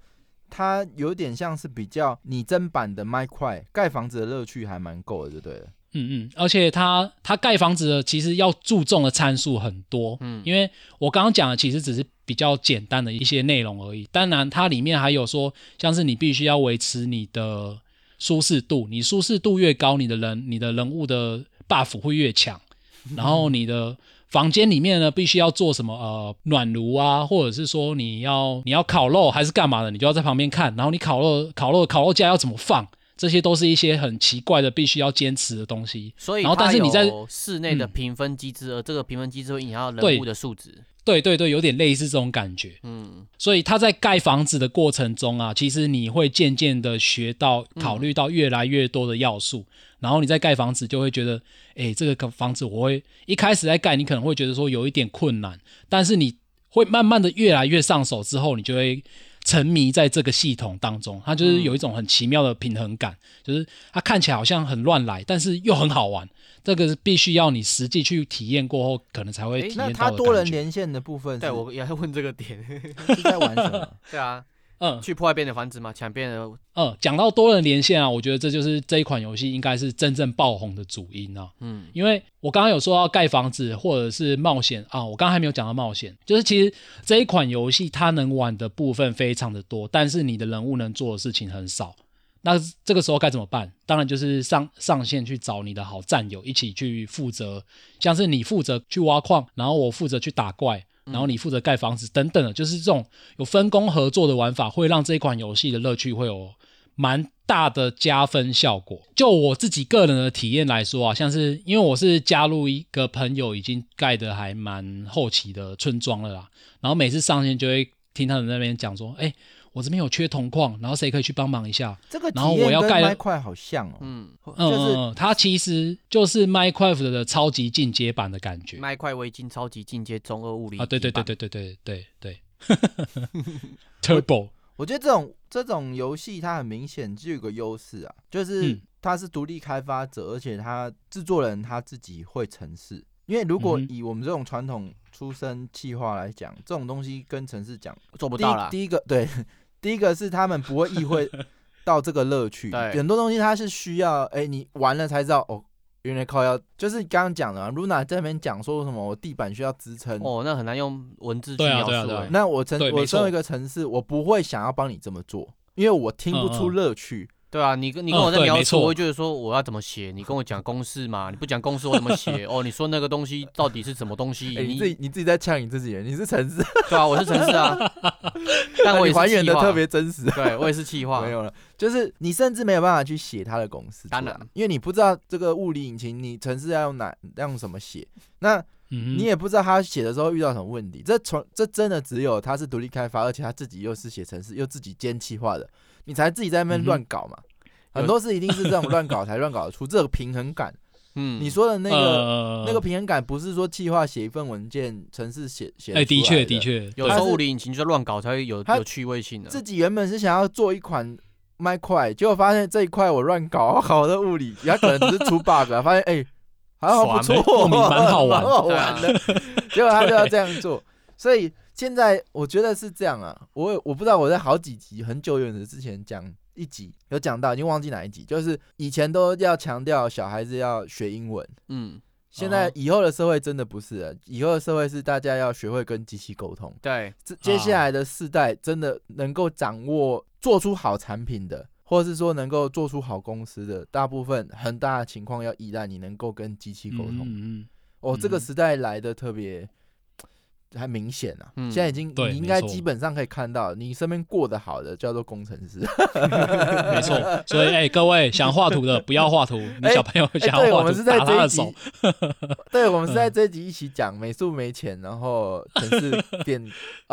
它有点像是比较拟真版的麦块，盖房子的乐趣还蛮够的，就对了。嗯嗯，而且它它盖房子的其实要注重的参数很多，嗯，因为我刚刚讲的其实只是比较简单的一些内容而已。当然，它里面还有说，像是你必须要维持你的舒适度，你舒适度越高，你的人你的人物的 buff 会越强，然后你的房间里面呢，必须要做什么呃暖炉啊，或者是说你要你要烤肉还是干嘛的，你就要在旁边看。然后你烤肉烤肉烤肉架要怎么放，这些都是一些很奇怪的必须要坚持的东西。所以然后但它是你在有室内的嗯评分机制，而呃这个评分机制会影响到对人物的数值。对对对，有点类似这种感觉。嗯，所以他在盖房子的过程中啊，其实你会渐渐的学到、考虑到越来越多的要嗯素，然后你在盖房子就会觉得，哎，这个房子我会一开始在盖，你可能会觉得说有一点困难，但是你会慢慢的越来越上手之后，你就会沉迷在这个系统当中，它就是有一种很奇妙的平衡感，就是它看起来好像很乱来，但是又很好玩。这个是必须要你实际去体验过后，可能才会诶体那验它到的多人感觉。连线的部分是，对，我也在问这个点。 [LAUGHS] 是在玩什 [LAUGHS] 么？对啊，嗯，去破坏别人的房子嘛，抢别人的。嗯，讲到多人连线啊，我觉得这就是这一款游戏应该是真正爆红的主因啊。嗯，因为我刚刚有说到盖房子或者是冒险啊，我刚刚还没有讲到冒险，就是其实这一款游戏它能玩的部分非常的多，但是你的人物能做的事情很少。那这个时候该怎么办？当然就是上上线去找你的好战友一起去负责，像是你负责去挖矿，然后我负责去打怪，然后你负责盖房子等等的，就是这种有分工合作的玩法，会让这一款游戏的乐趣会有蛮大的加分效果。就我自己个人的体验来说啊，像是因为我是加入一个朋友已经盖的还蛮后期的村庄了啦，然后每次上线就会听他们那边讲说，哎、我这边有缺铜矿，然后谁可以去帮忙一下？这个体然后我验要跟盖了麦块好像哦，嗯，嗯，就是嗯嗯它其实就是 Minecraft 的超级进阶版的感觉卖一块围巾超级进阶中二物理啊！对对基对对板，对对对 [LAUGHS] 对 [LAUGHS] ，Turbo，我觉得这种这种游戏它很明显就有个优势啊，就是嗯它是独立开发者，而且它制作人他自己会程式。因为如果嗯哼以我们这种传统出身企划来讲，这种东西跟程式讲做不第到啦。第一个对，第一个是他们不会 [LAUGHS] 意会到这个乐趣，对很多东西它是需要哎、你玩了才知道哦，因为靠要就是刚刚讲的、啊、，Luna 在那边讲说什么我地板需要支撑，哦，那很难用文字去对啊描述、对啊欸。对啊那我城对我没错身为一个城市，我不会想要帮你这么做，因为我听不出嗯嗯乐趣。对啊，你跟你嗯跟我在对描没述，错我会觉得说我要怎么写，你跟我讲公式嘛，你不讲公式我怎么 [LAUGHS] 写？哦，你说那个东西到底是什么东西？哎、你自己你自己在呛你自己人，你是城市，对啊，我是城市 [LAUGHS] 啊，但我也你是还原的企划特，别真实。对我也是气化没，有了，就是你甚至没有办法去写它的公式出来，当然因为你不知道这个物理引擎你程式要用哪用什么写，那嗯，你也不知道他写的时候遇到什么问题。这从这真的只有他是独立开发，而且他自己又是写程式，又自己兼企划的，你才自己在那边嗯哼乱搞嘛。有很多事一定是这种乱搞才乱搞得出这个平衡感。嗯，你说的那个、呃那个平衡感，不是说企划写一份文件，程式写写得哎，的出来确的，确，对有时候它是物理引擎就乱搞才会有它有趣味性的、自己原本是想要做一款。麦块，结果发现这一块我乱搞， [LAUGHS] 好的物理，他可能只是出 bug，啊发现哎、还好不爽错欸，莫名蛮好玩蛮好对玩 [LAUGHS] 啊的。结果他就要这样做，所以现在我觉得是这样啊。我有我不知道我在好几集很久远的之前讲一集有讲到，已经忘记哪一集，就是以前都要强调小孩子要学英文，嗯，现在哦以后的社会真的不是了，以后的社会是大家要学会跟机器沟通。对，这接下啊来的世代真的能够掌握做出好产品的，或者是说能够做出好公司的，大部分很大的情况要依赖你能够跟机器沟嗯通。嗯嗯哦，这个嗯时代来的特别还明显啊！嗯现在已经对你应没该错基本上可以看到，你身边过得好的叫做工程师。 [LAUGHS] 没错，所以哎，各位想画图的不 [LAUGHS] 要画图，你哎小朋友哎想要对我画们图是在打他这一的集手，，嗯对我们是 [LAUGHS] 在这一集一起讲美术没钱，然后城市变 [LAUGHS]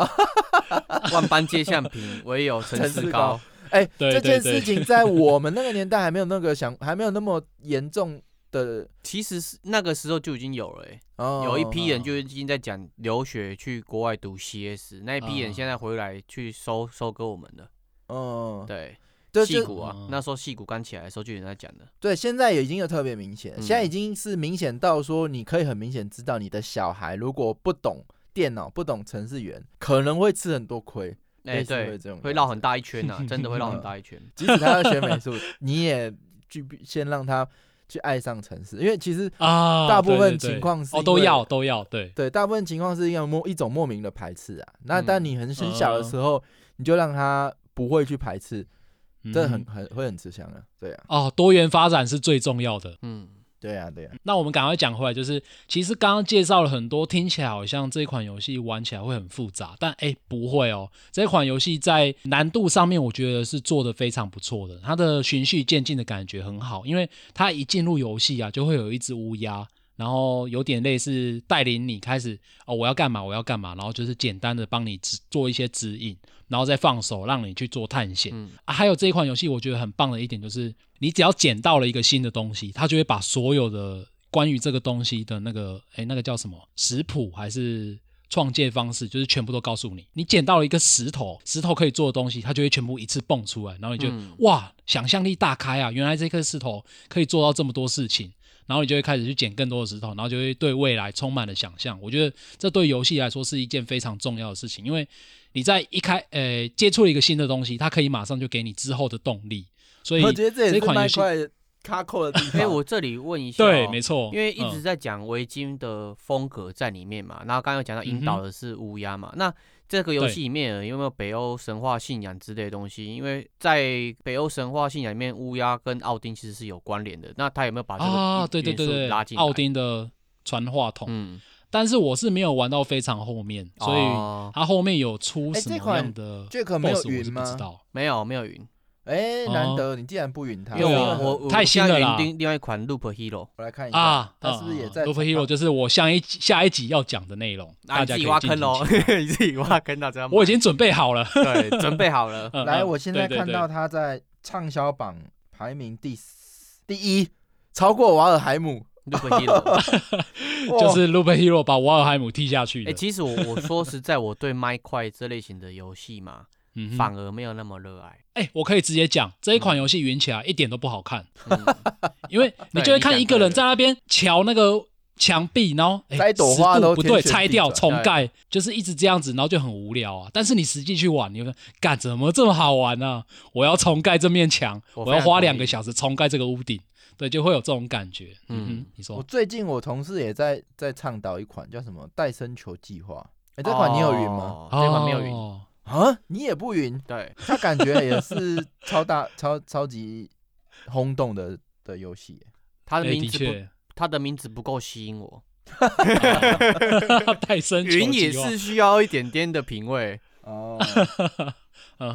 万般皆下品，唯有城 [LAUGHS] 城市市高高。哎，对这件对对事情在我们那个年代还没有那个想，还没有那么严重的。其实是那个时候就已经有了、欸，哦有一批人就已经在讲留学去国外读 CS，那一批人哦啊现在回来去收收割我们的，嗯，对，对戏就骨啊嗯，那时候戏骨刚起来的时候就有人在讲的，对，现在已经有特别明显，嗯现在已经是明显到说，你可以很明显知道你的小孩如果不懂电脑、不懂程式员，可能会吃很多亏。哎、类似会对这种，会样绕子很大一圈呐、真的会 [LAUGHS] 绕很大一圈。即使他要学美 [LAUGHS] 术，你也具备先让他去爱上城市，因为其实啊，大部对分对对情况是哦因都为要都要，对，对大部分情况是一个莫一种莫名的排斥啊。那嗯但你很很小的时候，你就让他不会去排斥，这很嗯很会很吃香啊。对啊，哦，多元发展是最重要的。嗯，对啊，对啊，那我们赶快讲回来，就是其实刚刚介绍了很多，听起来好像这款游戏玩起来会很复杂，但哎不会哦，这款游戏在难度上面我觉得是做的非常不错的，它的循序渐进的感觉很好，因为它一进入游戏啊，就会有一只乌鸦。然后有点类似带领你开始哦，我要干嘛，我要干嘛，然后就是简单的帮你指做一些指引，然后再放手让你去做探险。嗯啊，还有这一款游戏，我觉得很棒的一点就是，你只要捡到了一个新的东西，它就会把所有的关于这个东西的那个，哎，那个叫什么食谱还是创建方式，就是全部都告诉你。你捡到了一个石头，石头可以做的东西，它就会全部一次蹦出来，然后你就、嗯哇，想象力大开啊！原来这颗石头可以做到这么多事情。然后你就会开始去捡更多的石头，然后就会对未来充满了想象。我觉得这对游戏来说是一件非常重要的事情，因为你在一开呃接触了一个新的东西，它可以马上就给你之后的动力。所以我觉得这也这是款游麦戏，块卡扣的地哎、方。我这里问一下、哦对，没。错，因为一直嗯在讲围巾的风格在里面嘛，然后刚刚有嗯讲到引导的是乌鸦嘛，那这个游戏里面有没有北欧神话信仰之类的东西？因为在北欧神话信仰里面，乌鸦跟奥丁其实是有关联的。那他有没有把这个啊，元对对对元素对，拉进来奥，丁的传话筒，嗯，但是我是没有玩到非常后面，所以哦它后面有出哎什这么款样的 Jack boss 没有我是云不知吗道。没有没有云，哎，难哦得你竟然不允他，因为对我啊我我太新了啦我现在云另另外一款 Loop Hero，我来看一下啊，他哎是不是也在 l o p Hero？就是我下一集下一集要讲的内容，大啊，你家可自以己挖敬坑请喽期， [LAUGHS] 你自己挖坑大家。我已经准备好了。对准备好了，嗯来，嗯我现在对对看对到他在畅销榜排名第四第一，超过瓦尔海姆， Loop Hero。哇 [LAUGHS] 就是 l u p Hero 把瓦尔海姆踢下去哎、的。其实我我说实在，我对麦块这类型的游戏嘛，嗯哼反而没有那么热 [LAUGHS] 爱。哎、我可以直接讲，这一款游戏云起来一点都不好看，嗯因 [LAUGHS] 为你就会看一个人你在讲对了那边瞧那个墙壁，然后哎，摘朵花十度都不天对，旋拆地掉转重哎盖，就是一直这样子，然后就很无聊啊。但是你实际去玩，你会说，干怎么这么好玩呢、啊？我要重盖这面墙，我我非常要花两同意个小时重盖这个屋顶，对，就会有这种感觉。嗯嗯哼，你我说最近我同事也在在倡导一款叫什么“戴森球计划”，哎、这款你有云吗？哦这款没有云。哦啊，你也不云，对，它感觉也是超大、 [LAUGHS] 超超级轰动的的游戏耶。它的哎的名字不，确，它的名字不够吸引我。太深云也啊是需要一点点的品味，哦，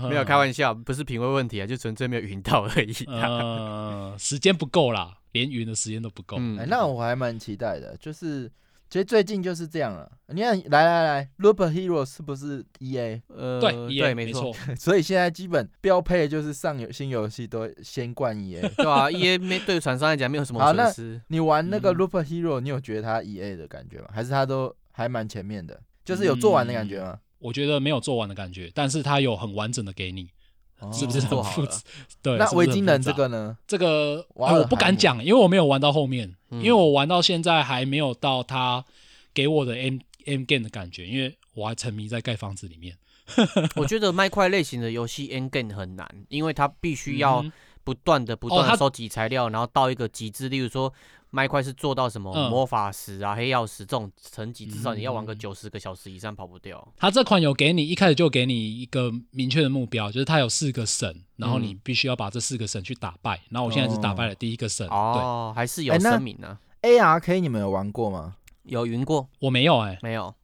没有开玩笑，不是品味问题啊，就纯粹没有云到而已。嗯，时间不够啦，连云的时间都不够。嗯 [LAUGHS] 哎、那我还蛮期待的，就是其实最近就是这样了。你看，来来来，Rubber Hero 是不是 EA？呃，对对，也没错，， [LAUGHS] 所以现在基本标配就是上游新游戏都会先冠 EA。对啊，E [LAUGHS] A 没对厂商来讲没有什么好那损失。你玩那个嗯 Rubber Hero，你有觉得它 EA 的感觉吗？还是它都还蛮前面的，就是有做完的感觉吗？我觉得没有做完的感觉，但是它有很完整的给你，哦嗯是不是做很好复了杂？对，那是不维是很京人复这杂个呢？这个、瓦哎尔我不海敢姆讲，因为我没有玩到后面，嗯因为我玩到现在还没有到他给我的 M M game 的感觉，因为我还沉迷在盖房子里面。我觉得麦块类型的游戏 N game 很难，因为它必须要嗯不断的、不哦断它的收集材料，然后到一个极致。例如说，麦块是做到什么嗯魔法石啊、黑曜石这种层级，至少你要玩个嗯九十个小时以上跑不掉。他这款有给你一开始就给你一个明确的目标，就是它有四个神，然后你嗯必须要把这四个神去打败。然后我现在是打败了第一个神，对哦，还是有哎那声明呢， ARK 你们有玩过吗？有云过我没有哎、没有？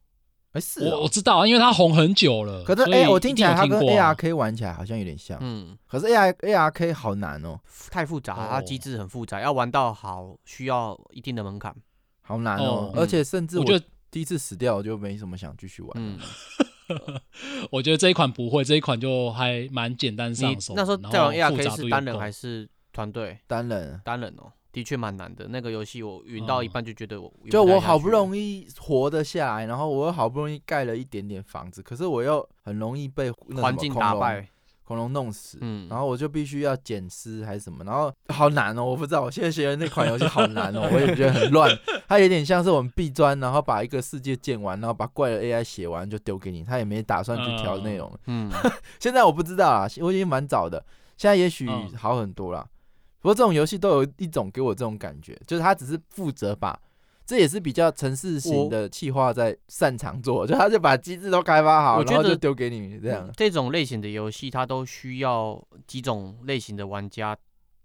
哎、是我哦、我知道啊，因为它红很久了。可是所以哎、我一听定起来有它听跟过啊 ARK 玩起来好像有点像，嗯，可是 AR ARK 好难哦，太复杂了，它哦机制很复杂，要玩到好需要一定的门槛。好难哦，哦而且甚至我我觉得第一次死掉，我就没什么想继续玩。嗯，我觉得这一款不会，这一款就还蛮简单上你手的。那时候然在玩后复杂 ARK 度是又单人够还是团队？单人，单人哦，的确蛮难的。那个游戏我云到一嗯半就觉得我云就不太我下好去不了容易活得下来，然后我又好不容易盖了一点点房子，可是我又很容易被那什么环境恐打龙败，恐龙弄死，嗯然后我就必须要捡尸还是什么，然后 [LAUGHS] 好难哦，我不知道，我现在觉得那款游戏好难 [LAUGHS] 哦，我也觉得很乱，它有点像是我们壁砖，然后把一个世界建完，然后把怪的 AI 写完就丢给你，他也没打算去调内容。嗯，现在我不知道啊，我已经蛮早的，现在也许嗯好很多啦。不过这种游戏都有一种给我这种感觉，就是他只是负责把。这也是比较城市型的企划在擅长做，就他就把机制都开发好，我觉然后得就丢给你这样。嗯这种类型的游戏，它都需要几种类型的玩家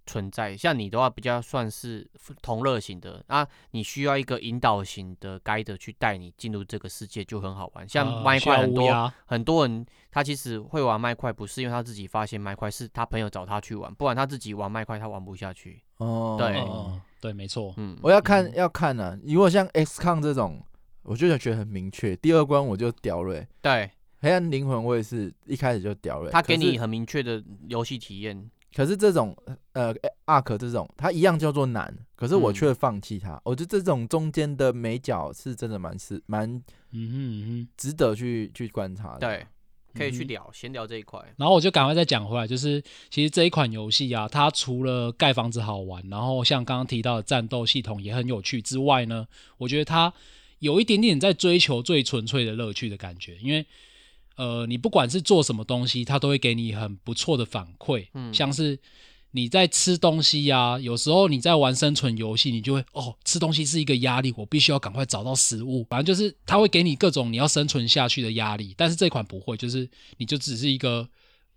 存在。像你的话，比较算是同乐型的，那你需要一个引导型的 guide 去带你进入这个世界，就很好玩。像呃麦需块要很乌多鸦很多人，他其实会玩麦块，不是因为他自己发现麦块，是他朋友找他去玩，不然他自己玩麦块他玩不下去。哦嗯对哦对，没错。嗯，我要看嗯要看呢、如果像 XCOM 这种，我就觉得很明确，第二关我就屌了欸、对黑暗灵魂我也是一开始就屌了欸、他给你可是很明确的游戏体验，可是这种呃 ARK 这种，它一样叫做难，可是我嗯却放弃它。我觉得这种中间的美角是真的蛮是蛮嗯哼嗯哼。值得去去观察的。对，可以嗯去哼聊，闲聊这一块。然后我就赶快再讲回来，就是其实这一款游戏啊，它除了盖房子好玩，然后像刚刚提到的战斗系统也很有趣之外呢，我觉得它有一点点在追求最纯粹的乐趣的感觉，因为呃，你不管是做什么东西，它都会给你很不错的反馈，嗯像是。你在吃东西呀、有时候你在玩生存游戏，你就会哦，吃东西是一个压力，我必须要赶快找到食物。反正就是它会给你各种你要生存下去的压力，但是这款不会，就是你就只是一个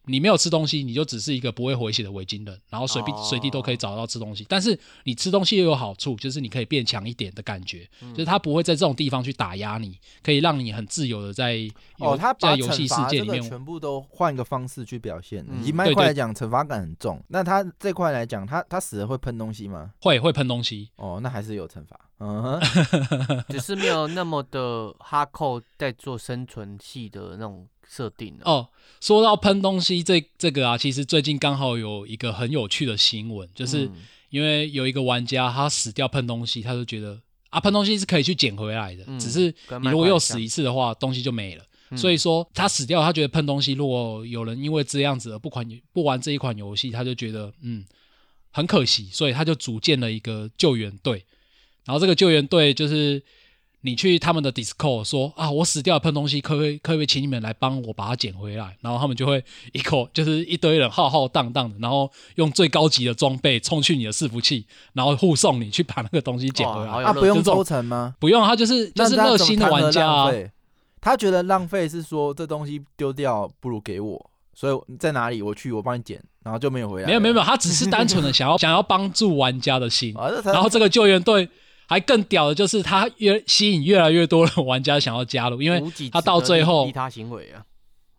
你没有吃东西，你就只是一个不会回血的维京人，然后随便哦随地都可以找到吃东西。但是你吃东西又有好处，就是你可以变强一点的感觉，嗯就是它不会在这种地方去打压你，可以让你很自由的在哦，游他把在游戏惩世罚界这里个面全部都换个方式去表现。嗯以对麦块对来讲，惩罚感很重。那他这块来讲，他他死了会喷东西吗？会会喷东西。哦，那还是有惩罚。嗯 [LAUGHS] 哼。只是没有那么的哈扣在做生存系的那种设定、啊、哦，说到喷东西这这个啊，其实最近刚好有一个很有趣的新闻，就是嗯因为有一个玩家他死掉喷东西，他就觉得啊喷东西是可以去捡回来的，嗯只是跟你麦如果块又很死像一次的话，东西就没了。嗯所以说他死掉，他觉得喷东西，如果有人因为这样子而不款不玩这一款游戏，他就觉得嗯很可惜，所以他就组建了一个救援队。然后这个救援队就是你去他们的 Discord 说啊，我死掉了碰东西，可不可以可不可以请你们来帮我把它捡回来？然后他们就会一口就是一堆人浩浩荡荡的，然后用最高级的装备冲去你的伺服器，然后护送你去把那个东西捡回哇好来。有啊，乐不趣用这种抽成吗？不用，他就是就那是他热怎么心的谈玩何家、浪啊。费他觉得浪费是说这东西丢掉不如给我，所以你在哪里我去我帮你捡，然后就没有回来了。没有没有没有，他只是单纯的想要 [LAUGHS] 想要帮助玩家的心。啊，这才然后这个救援队还更屌的就是，他越吸引越来越多的玩家想要加入，因为无几他值到得最利后利他行为啊，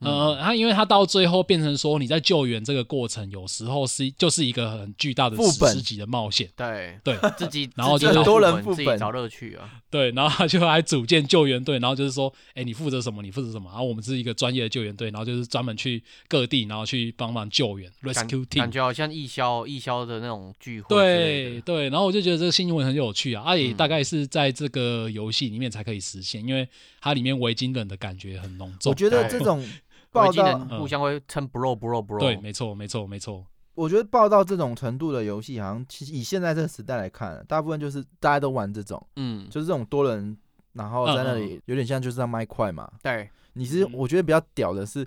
嗯呃，他因为他到最后变成说，你在救援这个过程，有时候是就是一个很巨大的副史本诗级的冒险。对对 [LAUGHS] 自己 [LAUGHS] 然后自己就是找多人副自己本找乐趣啊，对，然后他就还组建救援队，然后就是说，哎，你负责什么？你负责什么？然后我们是一个专业的救援队，然后就是专门去各地，然后去帮忙救援感 rescue 感 team。觉好像义消义消的那种聚会之类对的，对，然后我就觉得这个新闻很有趣啊，啊也嗯大概是在这个游戏里面才可以实现，因为它里面维京人的感觉很浓重。我觉得对这种维报京道人，互相会称 bro bro bro，嗯对，没错，没错，没错。我觉得报道这种程度的游戏，好像其实以现在这个时代来看，大部分就是大家都玩这种，嗯，就是这种多人，然后在那里有点像就是在卖块嘛。对，你是嗯我觉得比较屌的是，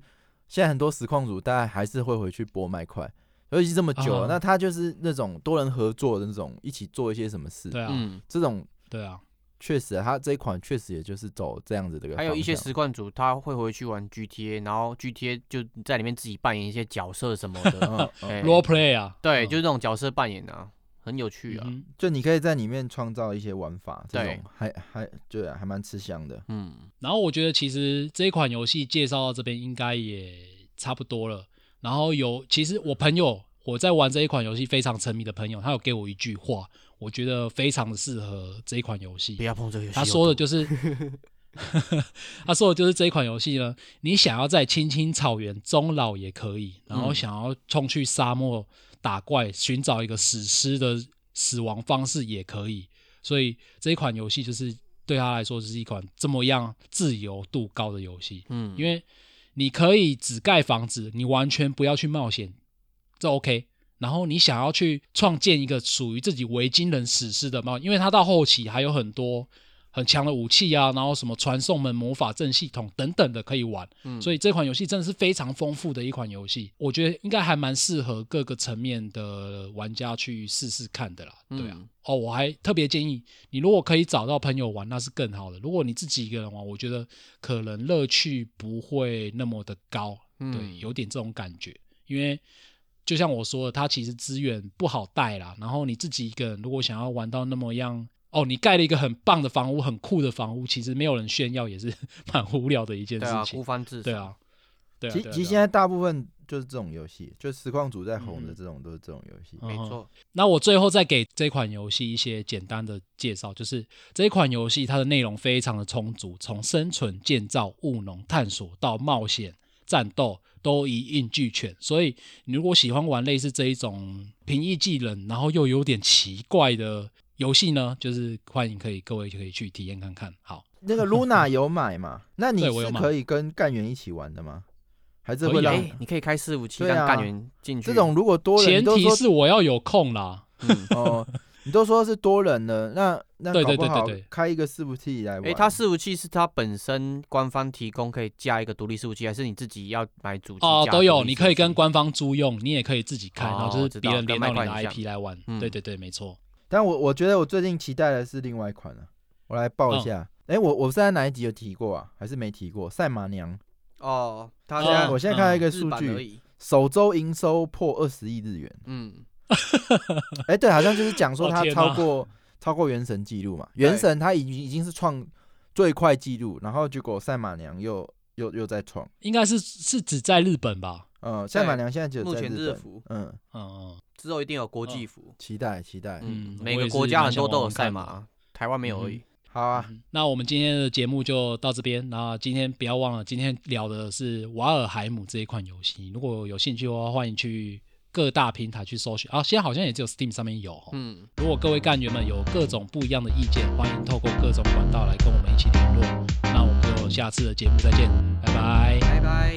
现在很多实况组大家还是会回去播麦块，尤其是这么久了，啊那他就是那种多人合作的那种，一起做一些什么事，对啊，嗯，这种对啊，确实啊、他这一款确实也就是走这样子的一个方还向。有一些实况组他会回去玩 GTA，然后 GTA 就在里面自己扮演一些角色什么 [LAUGHS] 的，嗯，嗯哎 role play 啊，对，嗯就是那种角色扮演啊，很有趣啊，嗯就你可以在里面创造一些玩法，这对种还还对、啊，还蛮吃香的。嗯，然后我觉得其实这一款游戏介绍到这边应该也差不多了。然后有，其实我朋友我在玩这一款游戏非常沉迷的朋友，他有给我一句话，我觉得非常的适合这一款游戏不。要碰这个游戏有他毒，说的就是， [LAUGHS] [LAUGHS] 他说的就是这一款游戏呢，你想要在青青草原终老也可以，然后嗯想要冲去沙漠打怪，寻找一个史诗的死亡方式也可以。所以这一款游戏就是对他来说，就是一款这么样自由度高的游戏。嗯，因为你可以只盖房子，你完全不要去冒险，这 OK。然后你想要去创建一个属于自己维京人史诗的冒，因为它到后期还有很多很强的武器啊，然后什么传送门、魔法阵系统等等的可以玩。嗯所以这款游戏真的是非常丰富的一款游戏，我觉得应该还蛮适合各个层面的玩家去试试看的啦。对啊，嗯哦，我还特别建议你，如果可以找到朋友玩，那是更好的。如果你自己一个人玩，我觉得可能乐趣不会那么的高，对，嗯有点这种感觉，因为。就像我说的，它其实资源不好带啦。然后你自己一个人，如果想要玩到那么样，哦，你盖了一个很棒的房屋，很酷的房屋，其实没有人炫耀，也是 [LAUGHS] 蛮无聊的一件事对啊，情孤。芳自对赏啊，，对啊，其对啊其实对啊现在大部分就是这种游戏，就实况组在红的嗯这种都是这种游戏。嗯没哼错，那我最后再给这款游戏一些简单的介绍，就是这款游戏它的内容非常的充足，从生存、建造、务农、探索到冒险、战斗都一应俱全。所以你如果喜欢玩类似这一种平易技能，然后又有点奇怪的游戏呢，就是欢迎可以各位可以去体验看看。好，那个 [LAUGHS] Luna 有买嘛？那你对我有是买可以跟干员一起玩的吗？还是可会以啊让哎，你可以开四五七对让啊干员进去，这种如果多人前你都提说是我要有空啦。嗯，哦，你都说是多人了，那那对搞对不对对好对开一个伺服器来玩。哎，它伺服器是它本身官方提供可以架一个独立伺服器，还是你自己要买主机哦，架都有，独立你伺可以服器跟官方租用，你也可以自己开，哦然后就是别人连到你我的知道跟 Minecraft IP 来玩。嗯对对对，没错。但我我觉得我最近期待的是另外一款了、啊我来报嗯一下。哎、我我是在哪一集有提过啊？还是没提过？赛马娘，哦，它哦现在我现在看到一个嗯日数版而据，已，首周营收破二十亿日元。嗯，哎、对，好像就是讲说 [LAUGHS] 哦它天哪啊超过、超过原神记录嘛，原神它已经已经是创最快记录，然后结果赛马娘又又又在创，应该是是只在日本吧？呃，赛马娘现在只有目在前日日本，服嗯，嗯之后一定有国际服，期待期待，嗯嗯，我每也个是国家蛮很想多都玩有玩赛看马的啊，台湾没有而已。好啊，嗯，那我们今天的节目就到这边。那今天不要忘了，今天聊的是《瓦尔海姆》这一款游戏。如果有兴趣的话，欢迎去各大平台去搜寻啊。现在好像也只有 Steam 上面有哦。嗯，如果各位干员们有各种不一样的意见，欢迎透过各种管道来跟我们一起联络。那我们就下次的节目再见，拜拜。拜拜。